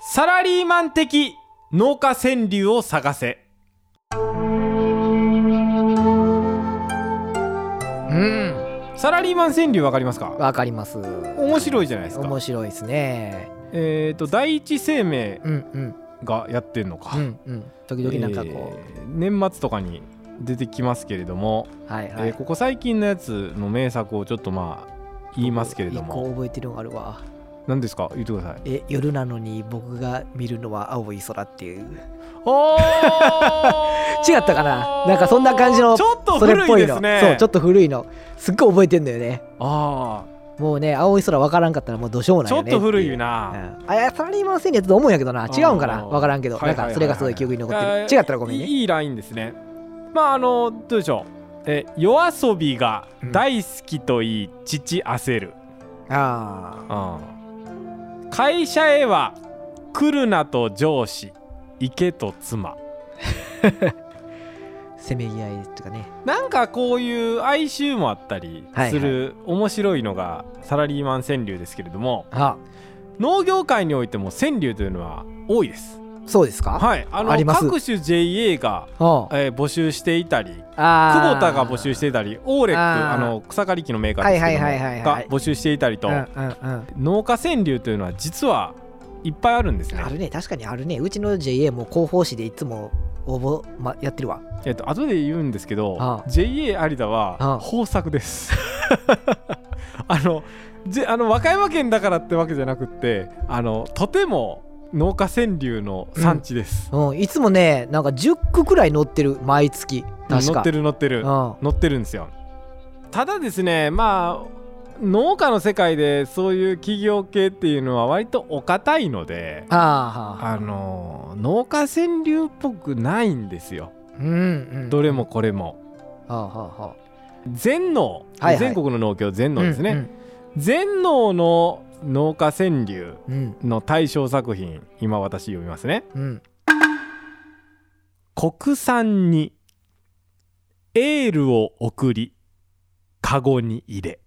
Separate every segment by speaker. Speaker 1: サラリーマン的農家川柳を探せ
Speaker 2: うん
Speaker 1: サラリーマン川柳わかりますか
Speaker 2: わかります
Speaker 1: 面白いじゃないですか
Speaker 2: 面白いですね
Speaker 1: えっ、と第一生命
Speaker 2: うんうん
Speaker 1: がやってんのか、
Speaker 2: うんうん時々なんかこ
Speaker 1: えー年末とかに出てきますけれども、
Speaker 2: う、はいはい、
Speaker 1: えーここ最近のやつの名作をちょっとまあ言いますけれど
Speaker 2: 一個
Speaker 1: も
Speaker 2: 覚えてるのがあるわ
Speaker 1: 何ですか言ってください
Speaker 2: え夜なのに僕が見るのは青い空っていう
Speaker 1: お
Speaker 2: 違ったか ななんかそんな感じの
Speaker 1: ちょっと
Speaker 2: それ
Speaker 1: 古
Speaker 2: っぽ
Speaker 1: い
Speaker 2: い
Speaker 1: で
Speaker 2: の
Speaker 1: すね
Speaker 2: そうちょっ
Speaker 1: っ
Speaker 2: と古いのすっごい覚えてんだよね
Speaker 1: とああ
Speaker 2: もうね青い空わからんかったらもうどうしようもな
Speaker 1: ち
Speaker 2: い
Speaker 1: ょ
Speaker 2: よ
Speaker 1: っ
Speaker 2: ね
Speaker 1: と古い
Speaker 2: な
Speaker 1: な、
Speaker 2: あやサラリーマン戦略と思うんやけどな違うんか
Speaker 1: あ
Speaker 2: な
Speaker 1: ー
Speaker 2: わからんけど
Speaker 1: はいは
Speaker 2: ないん
Speaker 1: はいはい
Speaker 2: かそれがすごい記憶に残ってる違ったらごめん
Speaker 1: い
Speaker 2: ね
Speaker 1: いいいラインですねまああのどうでしょうえ夜遊びが大好きと言い、父焦る、
Speaker 2: あ
Speaker 1: うん会社へは来るなと上司行けと妻
Speaker 2: あせめぎ合いとかね
Speaker 1: なんかこういう哀愁もあったりする面白いのがサラリーマン川柳ですけれども
Speaker 2: あ
Speaker 1: 農業界においても川柳というのは多いです
Speaker 2: そうですか
Speaker 1: はいあの
Speaker 2: あります
Speaker 1: 各種 JA が、
Speaker 2: あ
Speaker 1: えー募集していたり久
Speaker 2: あ
Speaker 1: 保田が募集していたりオーレック
Speaker 2: あー
Speaker 1: あの草刈り機のメーカーですけども
Speaker 2: はいはいはいはいは
Speaker 1: が
Speaker 2: い
Speaker 1: 募集していたりと、
Speaker 2: うんうんうん
Speaker 1: 農家川柳というのは実はいっぱいあるんですね
Speaker 2: あるね確かにあるねうちの JA も広報誌でいつも応募、ま、やってるわ
Speaker 1: えっと後で言うんですけど
Speaker 2: ああ
Speaker 1: JA 有田
Speaker 2: あ
Speaker 1: は
Speaker 2: あ
Speaker 1: 豊作です あのじあの和歌山県だからってわけじゃなくってあのとても農家川柳の産地です、
Speaker 2: うんいつもねなんか10句くらい載ってる毎月確か
Speaker 1: 乗って
Speaker 2: る
Speaker 1: る乗ってる、
Speaker 2: うん
Speaker 1: 乗ってるんですよただですねまあ農家の世界でそういう企業系っていうのは割とお堅いので
Speaker 2: ああ
Speaker 1: あの農家川柳っぽくないんですよ
Speaker 2: うんうん
Speaker 1: どれもこれも
Speaker 2: はあはあは
Speaker 1: 全農、
Speaker 2: はいはい
Speaker 1: 全国の農協全
Speaker 2: あ
Speaker 1: 農ですね、全農の農家川柳
Speaker 2: うん
Speaker 1: の対象作品今私読みますね
Speaker 2: うんうん
Speaker 1: 国産にエールを送りカゴに入れ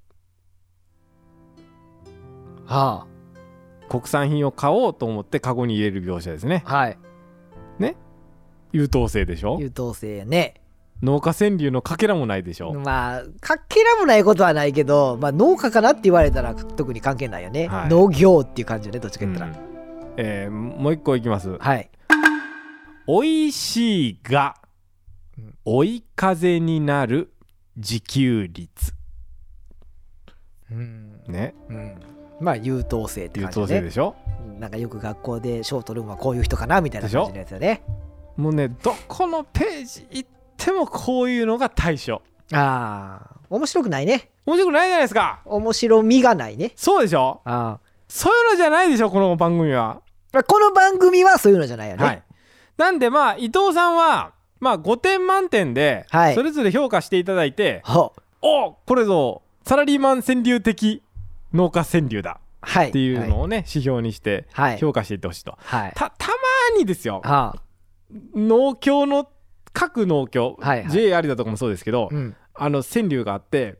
Speaker 2: は
Speaker 1: 国産品を買おうと思ってカゴに入れる業者ですね
Speaker 2: あはい
Speaker 1: 優等生でしょ
Speaker 2: 優等生やね
Speaker 1: 農家川柳のかけらもないでしょ、
Speaker 2: まあかけらもないことはないけど、まあ、農家かなって言われたら特に関係ないよね、
Speaker 1: はい
Speaker 2: 農業っていう感じよねどっちか言ったら、
Speaker 1: うんえーもう一個いきます
Speaker 2: はい
Speaker 1: おいしいが
Speaker 2: うん
Speaker 1: 追い風になる自給率
Speaker 2: うん、
Speaker 1: ね
Speaker 2: うん、まあ優等生って
Speaker 1: 優
Speaker 2: 感じ
Speaker 1: 等
Speaker 2: よ
Speaker 1: 生
Speaker 2: ね
Speaker 1: でしょ
Speaker 2: なんかよく学校で賞を取るのはこういう人かなみたいな感じのやつよね。
Speaker 1: もうねどこのページ行ってもこういうのが対象
Speaker 2: ああ、面白くないね。
Speaker 1: 面白くないじゃないですか
Speaker 2: 面白みがないね。
Speaker 1: そうでしょ
Speaker 2: あ
Speaker 1: そういうのじゃないでしょこの番組は、
Speaker 2: あ。この番組はそういうのじゃないよね。
Speaker 1: はいなんでまあ伊藤さんはまあ5点満点で
Speaker 2: はい
Speaker 1: それぞれ評価していただいて、
Speaker 2: ほう
Speaker 1: おこれぞサラリーマン川柳的農家川柳だ
Speaker 2: はい。
Speaker 1: っていうのをね、指標にして
Speaker 2: はい。
Speaker 1: 評価していってほしいと、
Speaker 2: はい。
Speaker 1: たたまーにですよ
Speaker 2: ああ。
Speaker 1: 農協の各農協、
Speaker 2: はいはい
Speaker 1: JA 有田とかもそうですけど、
Speaker 2: うん。
Speaker 1: あの川柳があって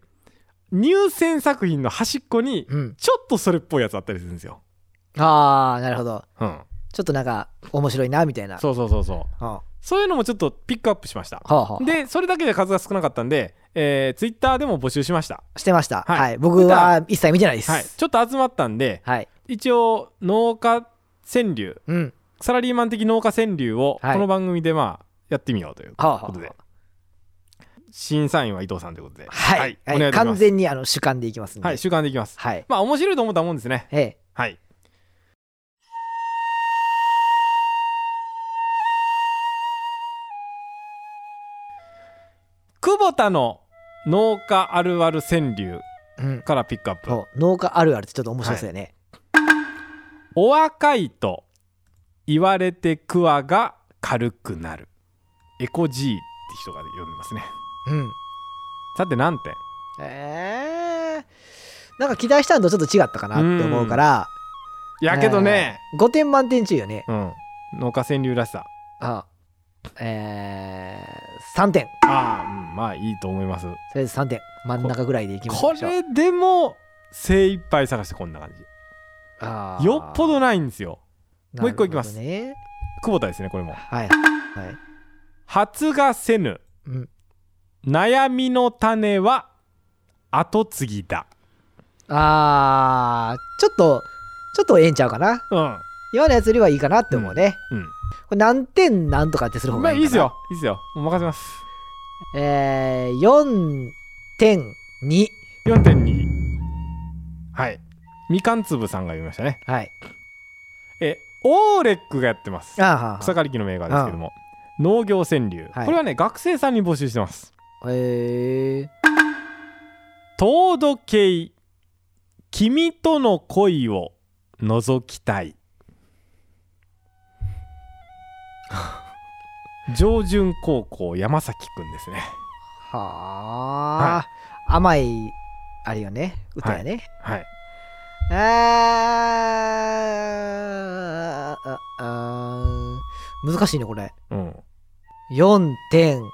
Speaker 1: 入選作品の端っこに
Speaker 2: うん。
Speaker 1: ちょっとそれっぽいやつあったりするんですよ。
Speaker 2: ああ、なるほど。
Speaker 1: うん、
Speaker 2: ちょっとなんか面白いなみたいな。
Speaker 1: そうそうそうそう
Speaker 2: うん。は
Speaker 1: そういうのもちょっとピックアップしました
Speaker 2: あ、はあ。
Speaker 1: でそれだけで数が少なかったんで、えー、Twitter でも募集しました、
Speaker 2: してました。
Speaker 1: はい
Speaker 2: はい。僕は一切見てないで
Speaker 1: はい、
Speaker 2: す。
Speaker 1: ちょっと集まったんで
Speaker 2: はい。
Speaker 1: 一応農家川柳
Speaker 2: うん。
Speaker 1: サラリーマン的農家川柳を
Speaker 2: はい
Speaker 1: この番組でまあやってみようという
Speaker 2: はあ
Speaker 1: こ
Speaker 2: は
Speaker 1: とで、
Speaker 2: あ。
Speaker 1: 審査員は伊藤さんということでは
Speaker 2: はい。
Speaker 1: お願
Speaker 2: はいい
Speaker 1: しま
Speaker 2: 完
Speaker 1: す
Speaker 2: 全にあの主観でいきますんで。
Speaker 1: はい。習慣でいきます
Speaker 2: はい。
Speaker 1: まあ面白いと思ったもんですね
Speaker 2: ええ。
Speaker 1: はい久保田の農家あるある川柳
Speaker 2: うん。
Speaker 1: からピックアップ
Speaker 2: そう農家あるあるってちょっと面白そうやね。
Speaker 1: お若いと言われてクワが軽くなるエコ G って人が読みますね
Speaker 2: うん。
Speaker 1: さて何点
Speaker 2: えー、なんか期待したのとちょっと違ったかなって思うから、
Speaker 1: やけどね、
Speaker 2: えー、5点満点中よね
Speaker 1: うん農家川柳らしさ
Speaker 2: あえー、3点
Speaker 1: ああ、うんまあいいと思います
Speaker 2: とりあえず3点真ん中ぐらいでいきましょ
Speaker 1: こ
Speaker 2: う
Speaker 1: れでも精一杯探してこんな感じよっぽどないんですよもう一個いきます
Speaker 2: なる
Speaker 1: 久保田ですねこれ
Speaker 2: ほど
Speaker 1: も
Speaker 2: ねはいはい
Speaker 1: 発芽せぬ
Speaker 2: うん
Speaker 1: 悩みの種は後継ぎだ
Speaker 2: あーちょっとちょっとええんちゃうかな
Speaker 1: うん
Speaker 2: 今のやつよりはいいかなって思うね、
Speaker 1: うん
Speaker 2: これ何点なんとかってする方
Speaker 1: まあ
Speaker 2: がい
Speaker 1: い
Speaker 2: い
Speaker 1: いで
Speaker 2: か
Speaker 1: す
Speaker 2: な、
Speaker 1: よいいですよもう任せます
Speaker 2: えー、4.2
Speaker 1: 4.2はいみかん粒さんが読みましたね
Speaker 2: はい
Speaker 1: えオーレックがやってます
Speaker 2: あーはーはー
Speaker 1: 草刈り機のメーカーですけども農業川柳、
Speaker 2: はい
Speaker 1: これはね学生さんに募集してます
Speaker 2: へえ
Speaker 1: 糖度計君との恋を覗きたい 上旬高校山崎くんですね
Speaker 2: はあ、甘いあれよね歌やね、
Speaker 1: はい
Speaker 2: あーああー難しいねこれ
Speaker 1: うん、
Speaker 2: 4.3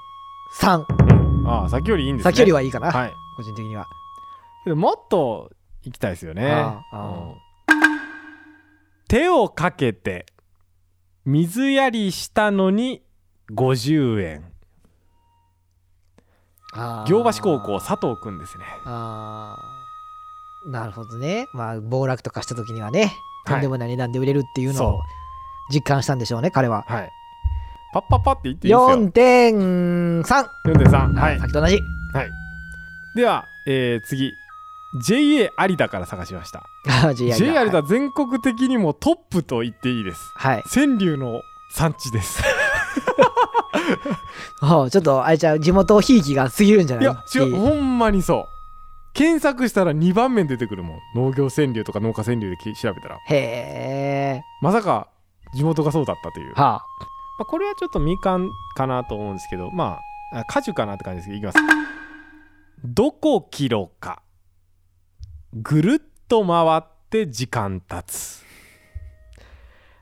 Speaker 1: ああ先よりいいんですね
Speaker 2: 先よりはいいかな、
Speaker 1: はい
Speaker 2: 個人的には
Speaker 1: けどもっと行きたいですよね
Speaker 2: ああああ
Speaker 1: うん手をかけて水やりしたのに50円
Speaker 2: あー
Speaker 1: 行橋高校佐藤くんですね
Speaker 2: あーなるほどねまあ暴落とかした時にはね
Speaker 1: はい
Speaker 2: とんでもない値段で売れるっていうの
Speaker 1: そ
Speaker 2: を実感したんでしょうね彼は
Speaker 1: はいパッパッパって言っていいですよ
Speaker 2: 4.3
Speaker 1: 4.3はい、
Speaker 2: さっきと同じ
Speaker 1: はい、では、えー次 JA 有田から探しました
Speaker 2: あー JR だ
Speaker 1: JA 有田全国的にもトップと言っていいです
Speaker 2: はい
Speaker 1: 川柳の産地です
Speaker 2: ほうちょっとあれちゃう地元ひいきが過ぎるんじゃ
Speaker 1: い
Speaker 2: ない
Speaker 1: や違うほんまにそう検索したら2番目に出てくるもん農業川柳とか農家川柳でき調べたら
Speaker 2: へえ
Speaker 1: まさか地元がそうだったという、ま
Speaker 2: は
Speaker 1: あ、これはちょっとみかんかなと思うんですけどまああ果樹かなって感じですけどいきますどこ切ろうかぐるっと回って時間経つ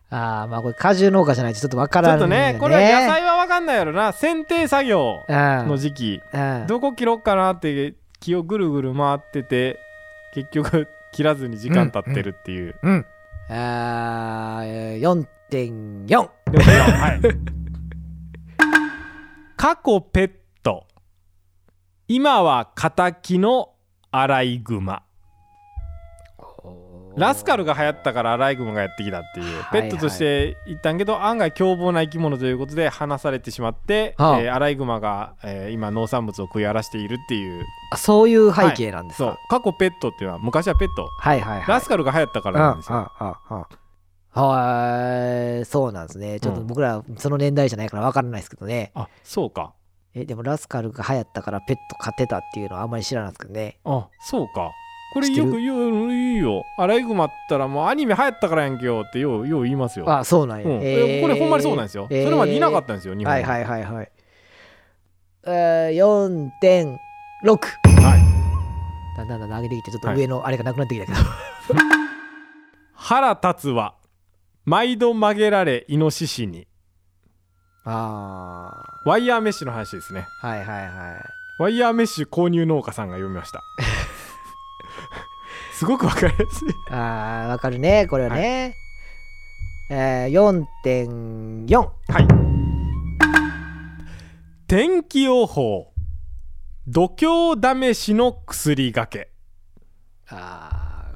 Speaker 2: ああーまあこれ果樹農家じゃないとちょっとわか
Speaker 1: ちょ
Speaker 2: ら
Speaker 1: っ
Speaker 2: んよ
Speaker 1: とねこれは野菜は分かんないやろな剪定作業
Speaker 2: うん
Speaker 1: の時期
Speaker 2: うん
Speaker 1: どこ切ろうかなって気をぐるぐる回ってて結局切らずに時間経ってるっていう、
Speaker 2: うんあー4.4
Speaker 1: でもはい、過去ペット今は敵のアライグマラスカルが流行ったからアライグマがやってきたっていう、
Speaker 2: はいはい
Speaker 1: ペットとして行ったんけど案外凶暴な生き物ということで離されてしまって、
Speaker 2: はあ
Speaker 1: えーアライグマが、えー今農産物を食い荒らしているっていう
Speaker 2: あそういう背景なんですか、
Speaker 1: そう過去ペットっていうのは昔はペット、
Speaker 2: はいはいはい
Speaker 1: ラスカルが流行ったからなんです
Speaker 2: うんうん
Speaker 1: よ、
Speaker 2: うんうんはいそうなんですねちょっと
Speaker 1: うん
Speaker 2: 僕らその年代じゃないからわからないですけどね、
Speaker 1: あそうか
Speaker 2: えでもラスカルが流行ったからペット飼ってたっていうのはあんまり知らないですけどね
Speaker 1: あそうかこれ
Speaker 2: 知って
Speaker 1: よ
Speaker 2: る
Speaker 1: く言ういいよアライグマったらもうアニメ流行ったからやんけよってようよう言いますよ、
Speaker 2: あそうなんや、
Speaker 1: うんこれほんまにそうなんですよ、それまでいなかったんですよ日
Speaker 2: た
Speaker 1: 本
Speaker 2: はいはいはいはいえー、4.6
Speaker 1: はい
Speaker 2: だんだんだんだん上げてきてちょっと上のあれがなくなってきた けど、
Speaker 1: 腹立つは毎度曲げられイノシシに
Speaker 2: あ
Speaker 1: ワイヤーメッシュの話ですね
Speaker 2: あはいはいはい
Speaker 1: ワイヤーメッシュ購入農家さんが読みま したすごくわかりやすい
Speaker 2: あーわかるねこれはね、えー、4.4
Speaker 1: はい天気予報度胸試しの薬がけ
Speaker 2: あ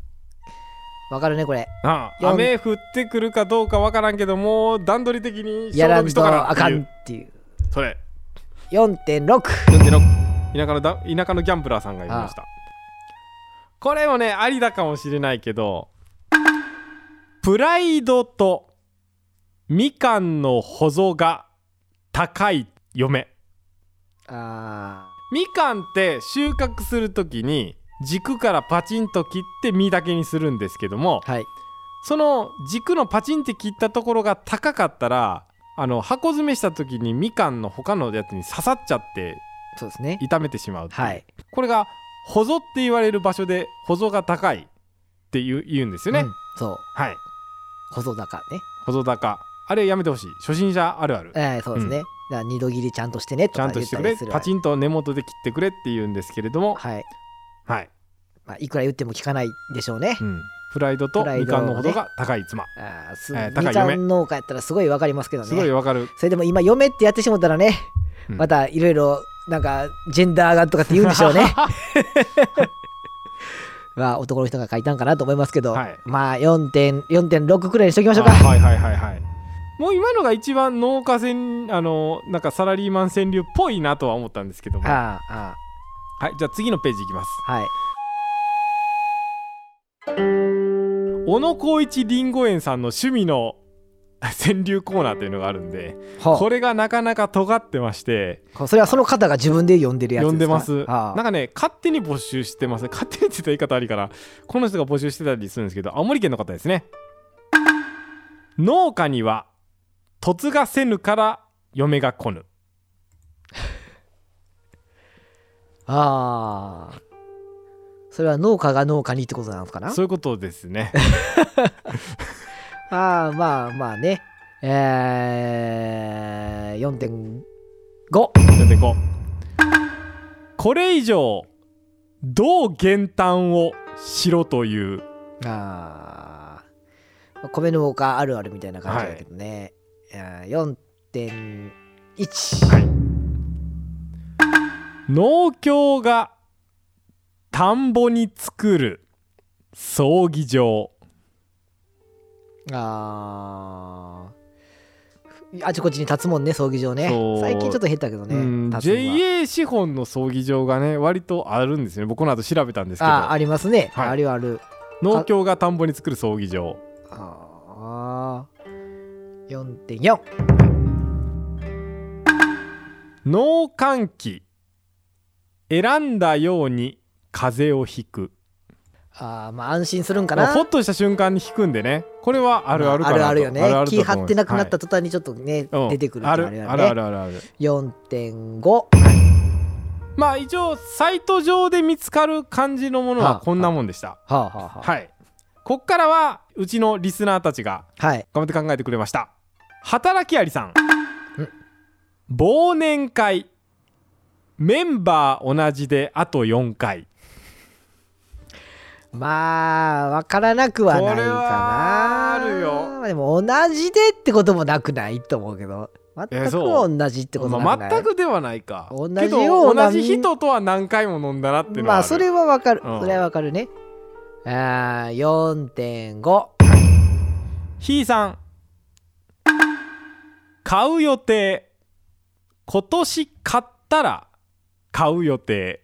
Speaker 2: ーわかるねこれ
Speaker 1: ああ
Speaker 2: よん
Speaker 1: 雨降ってくるかどうかわからんけどもう段取り的に
Speaker 2: や
Speaker 1: 消
Speaker 2: ら
Speaker 1: 毒
Speaker 2: ん
Speaker 1: しとかな
Speaker 2: と
Speaker 1: っ
Speaker 2: あ
Speaker 1: ていう
Speaker 2: かんっていう
Speaker 1: それ
Speaker 2: 4.6
Speaker 1: 46田舎のだ田舎のギャンブラーさんが言いましたこれもねありだかもしれないけどプライドとみかんの保存が高い嫁
Speaker 2: あ
Speaker 1: みかんって収穫する時に軸からパチンと切って実だけにするんですけども
Speaker 2: ーはい
Speaker 1: その軸のパチンって切ったところが高かったらあの箱詰めした時にみかんの他のやつに刺さっちゃって
Speaker 2: そうですね
Speaker 1: 傷めてしまうっていう
Speaker 2: はい
Speaker 1: これが保存って言われる場所で保存が高いって言う言うんですよね、
Speaker 2: うんそう
Speaker 1: はい
Speaker 2: 細高ね
Speaker 1: 保存高あれやめてほしい初心者あるある
Speaker 2: えー、そうですね、だから二度切りちゃんとしてねと
Speaker 1: ちゃ
Speaker 2: か
Speaker 1: んと
Speaker 2: 言っ
Speaker 1: して
Speaker 2: た
Speaker 1: く
Speaker 2: り
Speaker 1: れ
Speaker 2: する
Speaker 1: パチンと根元で切ってくれって言うんですけれども
Speaker 2: はい、
Speaker 1: はい、
Speaker 2: まあ、いくら言っても効かないでしょうね
Speaker 1: うん、プライドと
Speaker 2: プライド
Speaker 1: みかんのほどが高い妻、
Speaker 2: あーす
Speaker 1: えー
Speaker 2: み
Speaker 1: 高い
Speaker 2: か
Speaker 1: 嫁
Speaker 2: ん農家やったらすごいわかりますけどね
Speaker 1: すごいわかる
Speaker 2: それでも今嫁ってやってしもたらね、
Speaker 1: うん
Speaker 2: またいろいろなんかジェンダーがとかって言うん でしょうね まあ男の人が書いたんかなと思いますけど、
Speaker 1: はい
Speaker 2: まあ4点4.6くらいにしときましょうか
Speaker 1: あはいはいはいはいもう今のが一番農家川あのなんかサラリーマン川柳っぽいなとは思ったんですけどもは
Speaker 2: ああ
Speaker 1: いじゃあ次のページいきます
Speaker 2: ああはい
Speaker 1: 小野光一りんご園さんの趣味の川柳コーナーというのがあるんでこ
Speaker 2: ほ
Speaker 1: れがなかなか尖ってまして
Speaker 2: うそれはその方が自分で読んでるやつですか
Speaker 1: 呼んでます
Speaker 2: あ
Speaker 1: なんかね勝手に募集してます勝手にって言ったら言い方ありからこの人が募集してたりするんですけど青森県の方ですね農家には嫁がせぬから嫁が来ぬ
Speaker 2: あああそれは農家が農家にってことなんですかな
Speaker 1: そういうことですね
Speaker 2: ああまあまあねえー、4.5
Speaker 1: 出てこうこれ以上どう減反をしろという
Speaker 2: あー米の農家あるあるみたいな感じだけどね、あー4.1、
Speaker 1: はい農協が田んぼに作る葬儀場
Speaker 2: あーあちこちに立つもんね葬儀場ね
Speaker 1: そう
Speaker 2: 最近ちょっと減ったけどね
Speaker 1: うん
Speaker 2: 立つのは
Speaker 1: JA 資本の葬儀場がね割とあるんですよね僕この後調べたんですけ
Speaker 2: あー
Speaker 1: ど
Speaker 2: ありますね、
Speaker 1: はい
Speaker 2: あるある
Speaker 1: 農協が田んぼに作る葬儀場
Speaker 2: あー4.4
Speaker 1: 農閑期選んだように風邪をひく
Speaker 2: あーまあ安心するんか
Speaker 1: ま
Speaker 2: な
Speaker 1: あほっとした瞬間にひくんでねこれはあるあるかなと
Speaker 2: あるよね
Speaker 1: ある
Speaker 2: 気
Speaker 1: だと
Speaker 2: 張
Speaker 1: 思います
Speaker 2: ってなくなっ
Speaker 1: は
Speaker 2: た途端にちょっとね、
Speaker 1: いうん
Speaker 2: 出てくる
Speaker 1: あ
Speaker 2: って
Speaker 1: る
Speaker 2: のね
Speaker 1: あるあるあるある
Speaker 2: 4.5
Speaker 1: まあ一応サイト上で見つかる感じのものはこんなもんでした
Speaker 2: はあはあは
Speaker 1: はいこっからはうちのリスナーたちが
Speaker 2: あはい
Speaker 1: 頑張って考えてくれました働きありさん忘年会メンバー同じであと4回
Speaker 2: まあわからなくはないかな
Speaker 1: これはあるよ
Speaker 2: でも同じでってこともなくないと思うけど全
Speaker 1: え
Speaker 2: く
Speaker 1: そ
Speaker 2: 同じってことも
Speaker 1: ま
Speaker 2: な
Speaker 1: あ
Speaker 2: くな
Speaker 1: 全
Speaker 2: い、
Speaker 1: くではないか
Speaker 2: 同じ
Speaker 1: け
Speaker 2: よ
Speaker 1: ど
Speaker 2: うな
Speaker 1: 同じ人とは何回も飲んだなっていうの
Speaker 2: ま
Speaker 1: はあ
Speaker 2: あ
Speaker 1: る
Speaker 2: それはわかる、
Speaker 1: うん
Speaker 2: それはわかるねあー4.5
Speaker 1: ひーさん買う予定今年買ったら買う予定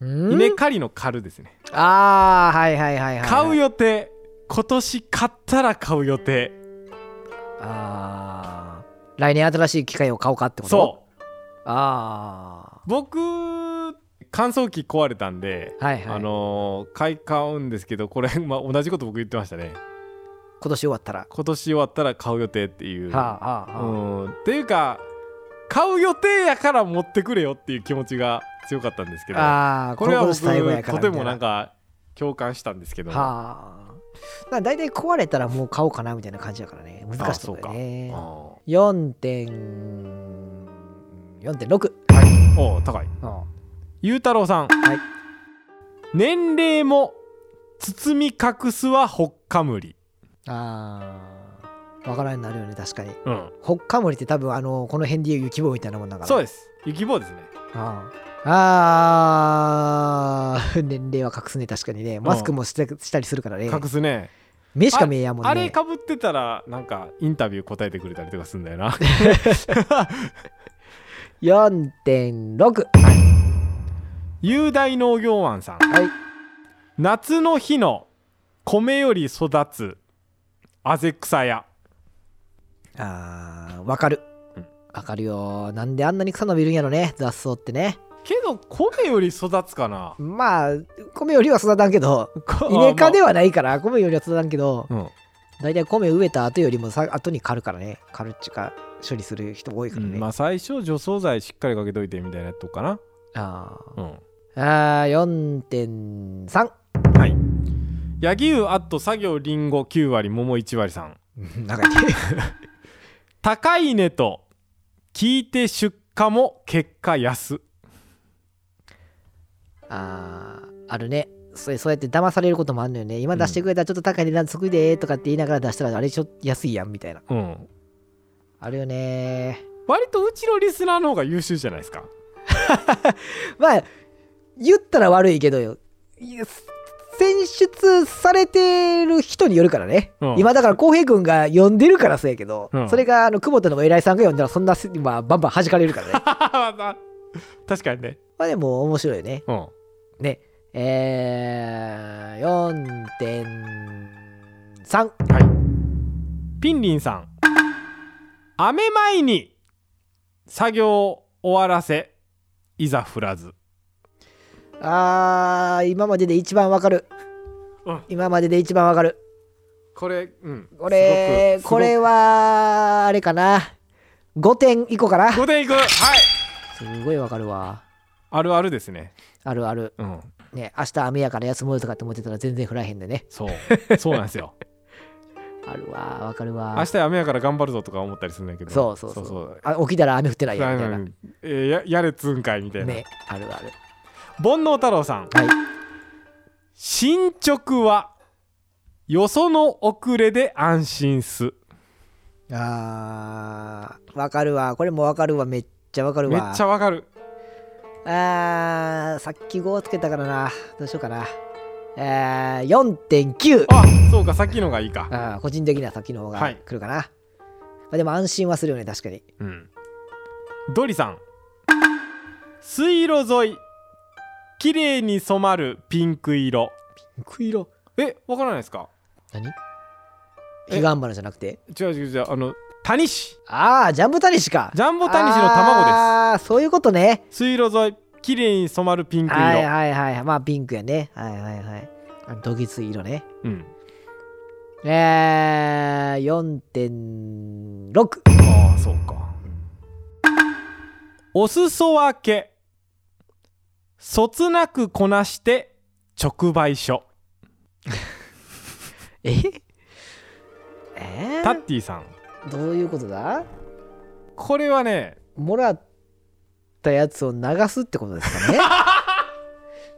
Speaker 2: うん
Speaker 1: 稲刈りの狩るですね
Speaker 2: ああはいはいはいはい、はい、
Speaker 1: 買う予定今年買ったら買う予定
Speaker 2: ああ来年新しい機械を買おうかってこと
Speaker 1: そう
Speaker 2: うあ
Speaker 1: 僕乾燥機壊れたんで、
Speaker 2: あはいはい
Speaker 1: あのー買い買うんですけどこれ、 まあ、同じこと僕言ってましたね
Speaker 2: 今年終わったら、
Speaker 1: 今年終わったら買う予定っていう、
Speaker 2: はあはあはあ
Speaker 1: うん、っていうか買う予定やから持ってくれよっていう気持ちが強かったんですけど
Speaker 2: ああ
Speaker 1: これは僕
Speaker 2: 心最後やから
Speaker 1: と
Speaker 2: みた
Speaker 1: て
Speaker 2: いな
Speaker 1: もなんか共感したんですけど、
Speaker 2: はあだいたい壊れたらもう買おうかなみたいな感じだからね難しいとこだよ
Speaker 1: あ
Speaker 2: ね
Speaker 1: ーお
Speaker 2: 4点4.6
Speaker 1: う高い
Speaker 2: うん
Speaker 1: ゆうたろうさん、
Speaker 2: はい
Speaker 1: 年齢も包み隠すはほっかむり、
Speaker 2: あーわからんようになるよね確かに
Speaker 1: うん、
Speaker 2: ほっかむりって多分あのこの辺でいう雪棒みたいなもんだから
Speaker 1: そう
Speaker 2: で
Speaker 1: です雪棒ですね
Speaker 2: すあーあー 年齢は隠すね確かにねマスクもしてしたりするからね
Speaker 1: 隠すね
Speaker 2: 目しか見えやんもんね
Speaker 1: あれかぶってたらなんかインタビュー答えてくれたりとかするんだよな
Speaker 2: 4.6
Speaker 1: 雄大農業庵さん
Speaker 2: はい
Speaker 1: 夏の日の米より育つ汗草や
Speaker 2: あーわかる
Speaker 1: うん
Speaker 2: わかるよなんであんなに草伸びるんやろね雑草ってね
Speaker 1: けど米より育つかな
Speaker 2: まあ米よりは育たん けど
Speaker 1: こ
Speaker 2: 稲科で
Speaker 1: は、
Speaker 2: はないから米よりは育たんけど
Speaker 1: まあ
Speaker 2: 大体米植えた後よりもさ後に刈るからね刈るっちゅうか処理する人多いか
Speaker 1: う
Speaker 2: ら
Speaker 1: ん
Speaker 2: ね、
Speaker 1: まあ最初除草剤しっかりかけといてみたいなとこかな、
Speaker 2: あー
Speaker 1: うん、
Speaker 2: あー4.3
Speaker 1: はいヤギウアット作業りんご9割桃1割さん
Speaker 2: うん長いね
Speaker 1: 高いねと聞いて出荷も結果安
Speaker 2: あーあるねそうそうやって騙されることもあるのよね今出してくれたらちょっと高い値段つくでとかって言いながら出したらあれちょっと安いやんみたいな
Speaker 1: うん
Speaker 2: あるよね
Speaker 1: 割とうちのリスナーの方が優秀じゃないですか
Speaker 2: まあ言ったら悪いけどよいや選出されてる人によるからね、
Speaker 1: うん
Speaker 2: 今だから浩平君が呼んでるからそうやけど、
Speaker 1: うん
Speaker 2: それがあの久保田のお偉いさんが呼んだらそんなせ、まあ、バンバン弾かれるからね
Speaker 1: 確かにね
Speaker 2: まあでも面白いよね
Speaker 1: うん
Speaker 2: ねえー、4.3
Speaker 1: ピンリンさん雨前に作業を終わらせいざ降らず
Speaker 2: あー今までで一番わかる、
Speaker 1: うん
Speaker 2: 今までで一番わかる
Speaker 1: これうん
Speaker 2: これこれはあれかな5点いこうかな
Speaker 1: 5点いくはい
Speaker 2: すごいわかるわ
Speaker 1: あるあるですね
Speaker 2: あるある
Speaker 1: うん
Speaker 2: ね明日雨やから休もうとかって思ってたら全然降らへんでね
Speaker 1: そう そうなんですよ
Speaker 2: あるわわかるわ
Speaker 1: 明日雨やから頑張るぞとか思ったりするんだけど
Speaker 2: そうそうそう
Speaker 1: そう
Speaker 2: あ起きたら雨降ってないやみたいな
Speaker 1: うんえーややれつんかいみたいな、
Speaker 2: ねあるある
Speaker 1: 煩悩太郎さん、
Speaker 2: はい
Speaker 1: 進捗はよその遅れで安心す
Speaker 2: あーわかるわこれもわかるわめっちゃわかる
Speaker 1: めっ
Speaker 2: わ
Speaker 1: ちゃわかる
Speaker 2: あーさっき5つけたからなどうしようかなえー4.9
Speaker 1: あそうかさっきのがいいか
Speaker 2: あー個人的にはさっきの方
Speaker 1: は
Speaker 2: が
Speaker 1: い
Speaker 2: 来るかな、まあ、でも安心はするよね確かに
Speaker 1: うんドリさん水路沿い綺麗に染まるピンク色
Speaker 2: 食いろ
Speaker 1: えわからないですか
Speaker 2: 何
Speaker 1: え
Speaker 2: ヒガンバナじゃなくて
Speaker 1: 違う違う違うあのタニシ
Speaker 2: ああジャンボタニシか
Speaker 1: ジャンボタニシの卵で
Speaker 2: ああそういうことね
Speaker 1: す水路沿い綺麗に染まるピンク色、
Speaker 2: はいはいはいまあピンクやねはいはいはいあどぎつい色ね
Speaker 1: うん
Speaker 2: えー、4.6
Speaker 1: ああそうかお裾分けそつなくこなして直売所
Speaker 2: ええ
Speaker 1: タッティさん
Speaker 2: ー、どういうことだ
Speaker 1: これはね
Speaker 2: もらったやつを流すってことです かね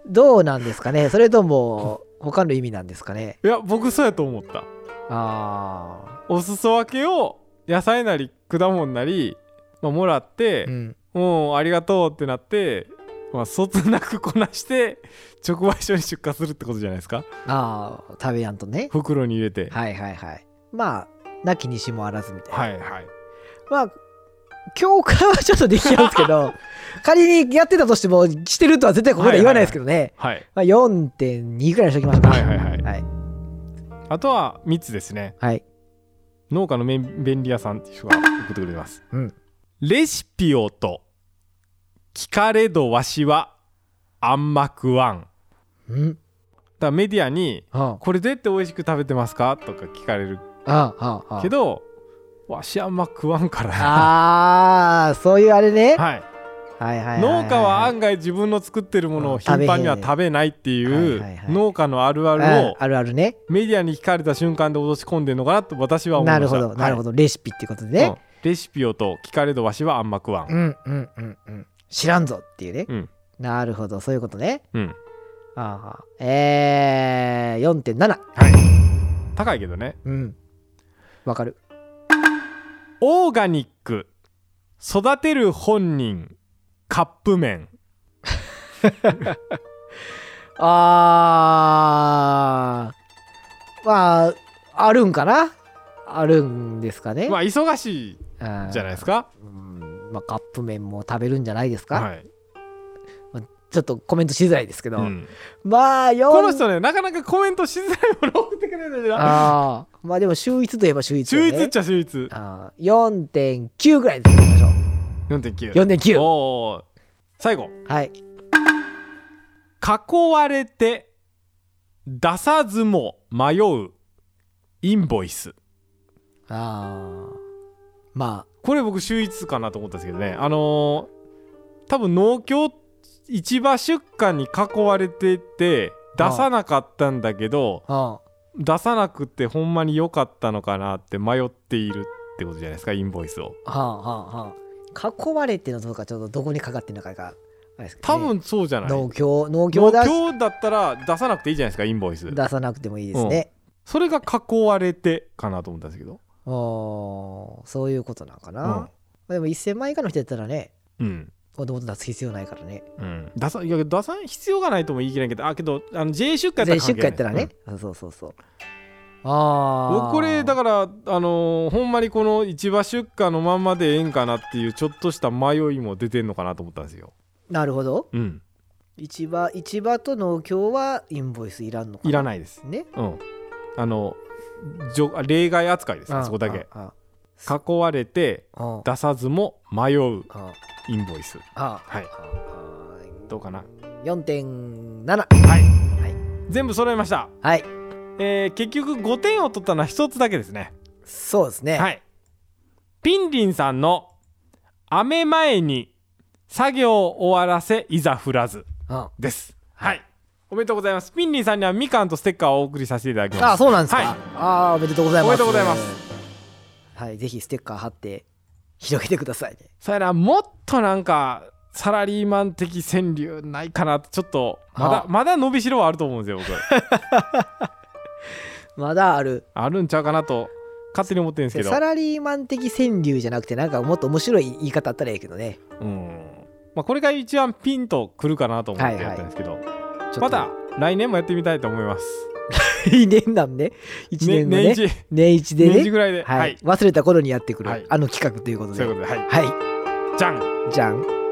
Speaker 2: どうなんですかねそれとも他の意味なんですかね
Speaker 1: いや僕そうやと思った
Speaker 2: あ
Speaker 1: お裾分けを野菜なり果物なり、まあ、もらって
Speaker 2: あ、うん、
Speaker 1: うん、ありがとうってなって、まあ、そつなくこなして直売所に出荷するってことじゃないですか
Speaker 2: ああ食べやんとね
Speaker 1: 袋に入れて
Speaker 2: はいはいはいまあなきにしもあらずみたいな、
Speaker 1: はいはい
Speaker 2: まあ教会はちょっとできないです けど仮にやってたとしてもしてるとは絶対ここでは言わないですけどね、
Speaker 1: はい
Speaker 2: まあ、4.2ぐらいにしときましょうか
Speaker 1: はいはいはい
Speaker 2: はい、
Speaker 1: あとは3つですね
Speaker 2: はい
Speaker 1: 農家のめん便利屋さんっていう人が送ってくれてます、
Speaker 2: うん
Speaker 1: レシピをと聞かれどわしはあんま食わんだか
Speaker 2: うん
Speaker 1: らメディアに
Speaker 2: あ
Speaker 1: これどうやって美味しく食べてますかとか聞かれる
Speaker 2: ああああ
Speaker 1: けどわしあんま食わんからな
Speaker 2: ああそういうあれね、
Speaker 1: はい、
Speaker 2: はい、はいはいいい
Speaker 1: 農家は案外自分の作ってるものを頻繁には食べないってい
Speaker 2: 食べへんはいうはい
Speaker 1: 農家のあるあ
Speaker 2: うん
Speaker 1: るを
Speaker 2: あるあるね
Speaker 1: メディアに聞かれた瞬間で脅し込んでるのかなと私は思いま
Speaker 2: な
Speaker 1: した
Speaker 2: るほどなるほ
Speaker 1: ど
Speaker 2: ど、レシピってことでね、
Speaker 1: レシピをと聞かれどわしはあんま食わん
Speaker 2: う、ん、うんうんうん知らんぞっていうね、
Speaker 1: うん
Speaker 2: なるほどそういうことね
Speaker 1: うん、
Speaker 2: ああえー、4.7
Speaker 1: 高いけどね
Speaker 2: うんわかる
Speaker 1: オーガニック育てる本人カップ麺
Speaker 2: あーまああるんかなあるんですかね、
Speaker 1: まあ忙しい
Speaker 2: あー
Speaker 1: じゃないですか
Speaker 2: うんまあ、カップ麺も食べるんじゃないですか、
Speaker 1: はい、
Speaker 2: ちょっとコメントしづらいですけど、
Speaker 1: うん
Speaker 2: まあ4
Speaker 1: この人ねなかなかコメントしづらいもの送ってくれるんだよな
Speaker 2: ああまあでも秀逸といえば秀逸、
Speaker 1: 秀
Speaker 2: ね、
Speaker 1: 逸っちゃ秀逸
Speaker 2: あー4.9ぐらいでいきましょう
Speaker 1: 4.9
Speaker 2: 4.9
Speaker 1: おー最後
Speaker 2: はい
Speaker 1: 囲われて出さずも迷うインボイス
Speaker 2: あーま
Speaker 1: これ僕秀逸かなと思ったんですけどねあのー多分農協市場出荷に囲われてて出さなかったんだけど
Speaker 2: あ
Speaker 1: 出さなくてほんまに良かったのかなって迷っているってことじゃないですかインボイスを
Speaker 2: うんはあはあはあ囲われてのどうかちょっとどこにかかってるのかがないですけど
Speaker 1: 多
Speaker 2: ね、
Speaker 1: 分そうじゃない
Speaker 2: 農協農協
Speaker 1: 農
Speaker 2: だ
Speaker 1: 協だったら出さなくていいじゃないですかインボイス
Speaker 2: 出さなくてもいいですね、
Speaker 1: それが囲われてかなと思ったんですけど
Speaker 2: あーそういうことなんかな、まあでも1000万以下の人やったらね
Speaker 1: うんうん
Speaker 2: もともと出す必要ないからね
Speaker 1: うん、出さいや出さん必要がないとも言い切れんけどあけどあの J 出荷やったら
Speaker 2: 全
Speaker 1: 関係
Speaker 2: 出荷
Speaker 1: な
Speaker 2: や
Speaker 1: い
Speaker 2: ったら
Speaker 1: うん
Speaker 2: ね、あそうそうそうああ
Speaker 1: 僕これだか
Speaker 2: か
Speaker 1: らあのーほんまにこの市場出荷のまんまでええんかなっていうちょっとした迷いも出てんのかなと思ったんですよ。
Speaker 2: らなるほど
Speaker 1: うん、
Speaker 2: 市場市場と農協はインボイスいらんのか
Speaker 1: いら
Speaker 2: い
Speaker 1: ないです。
Speaker 2: ね
Speaker 1: うん、あのじょ例外扱いですあそこだけ
Speaker 2: あ
Speaker 1: 囲われて
Speaker 2: ああ
Speaker 1: 出さずも迷う
Speaker 2: あ
Speaker 1: インボイス
Speaker 2: あ
Speaker 1: はいどうかな
Speaker 2: 4.7
Speaker 1: 全部揃えました、
Speaker 2: はい
Speaker 1: えー結局5点を取ったのは1つだけですね
Speaker 2: そうですね、
Speaker 1: はいピンリンさんの「雨前に作業を終わらせいざ降らず
Speaker 2: あ」
Speaker 1: ですはいおめでとうございますピンリンさんにはみかんとステッカーをお送りさせていただきます
Speaker 2: あそうなんです
Speaker 1: は
Speaker 2: か、
Speaker 1: い
Speaker 2: あーおめでとうございます
Speaker 1: おめでとうございます
Speaker 2: はいぜひステッカー貼って広げてくださいね
Speaker 1: そうやなもっとなんかサラリーマン的川柳ないかなってちょっとまだ、
Speaker 2: あ
Speaker 1: まだ伸びしろはあると思うんですよ僕
Speaker 2: まだある
Speaker 1: あるんちゃうかなと勝手に思ってるんですけど
Speaker 2: サラリーマン的川柳じゃなくてなんかもっと面白い言い方あったらいいけどね
Speaker 1: うん、まあ、これが一番ピンとくるかなと思ってやったんですけど、
Speaker 2: ちょっと
Speaker 1: ま た来年もやってみたいと思います
Speaker 2: 来年なんで1年後
Speaker 1: ね
Speaker 2: ね
Speaker 1: 年一
Speaker 2: 年一で
Speaker 1: 年一
Speaker 2: ね
Speaker 1: ぐらいでは
Speaker 2: はいい忘れた頃にやってく
Speaker 1: はい
Speaker 2: るあの企画ということ
Speaker 1: そ
Speaker 2: で
Speaker 1: ういうことではい
Speaker 2: はい
Speaker 1: じゃん
Speaker 2: じゃん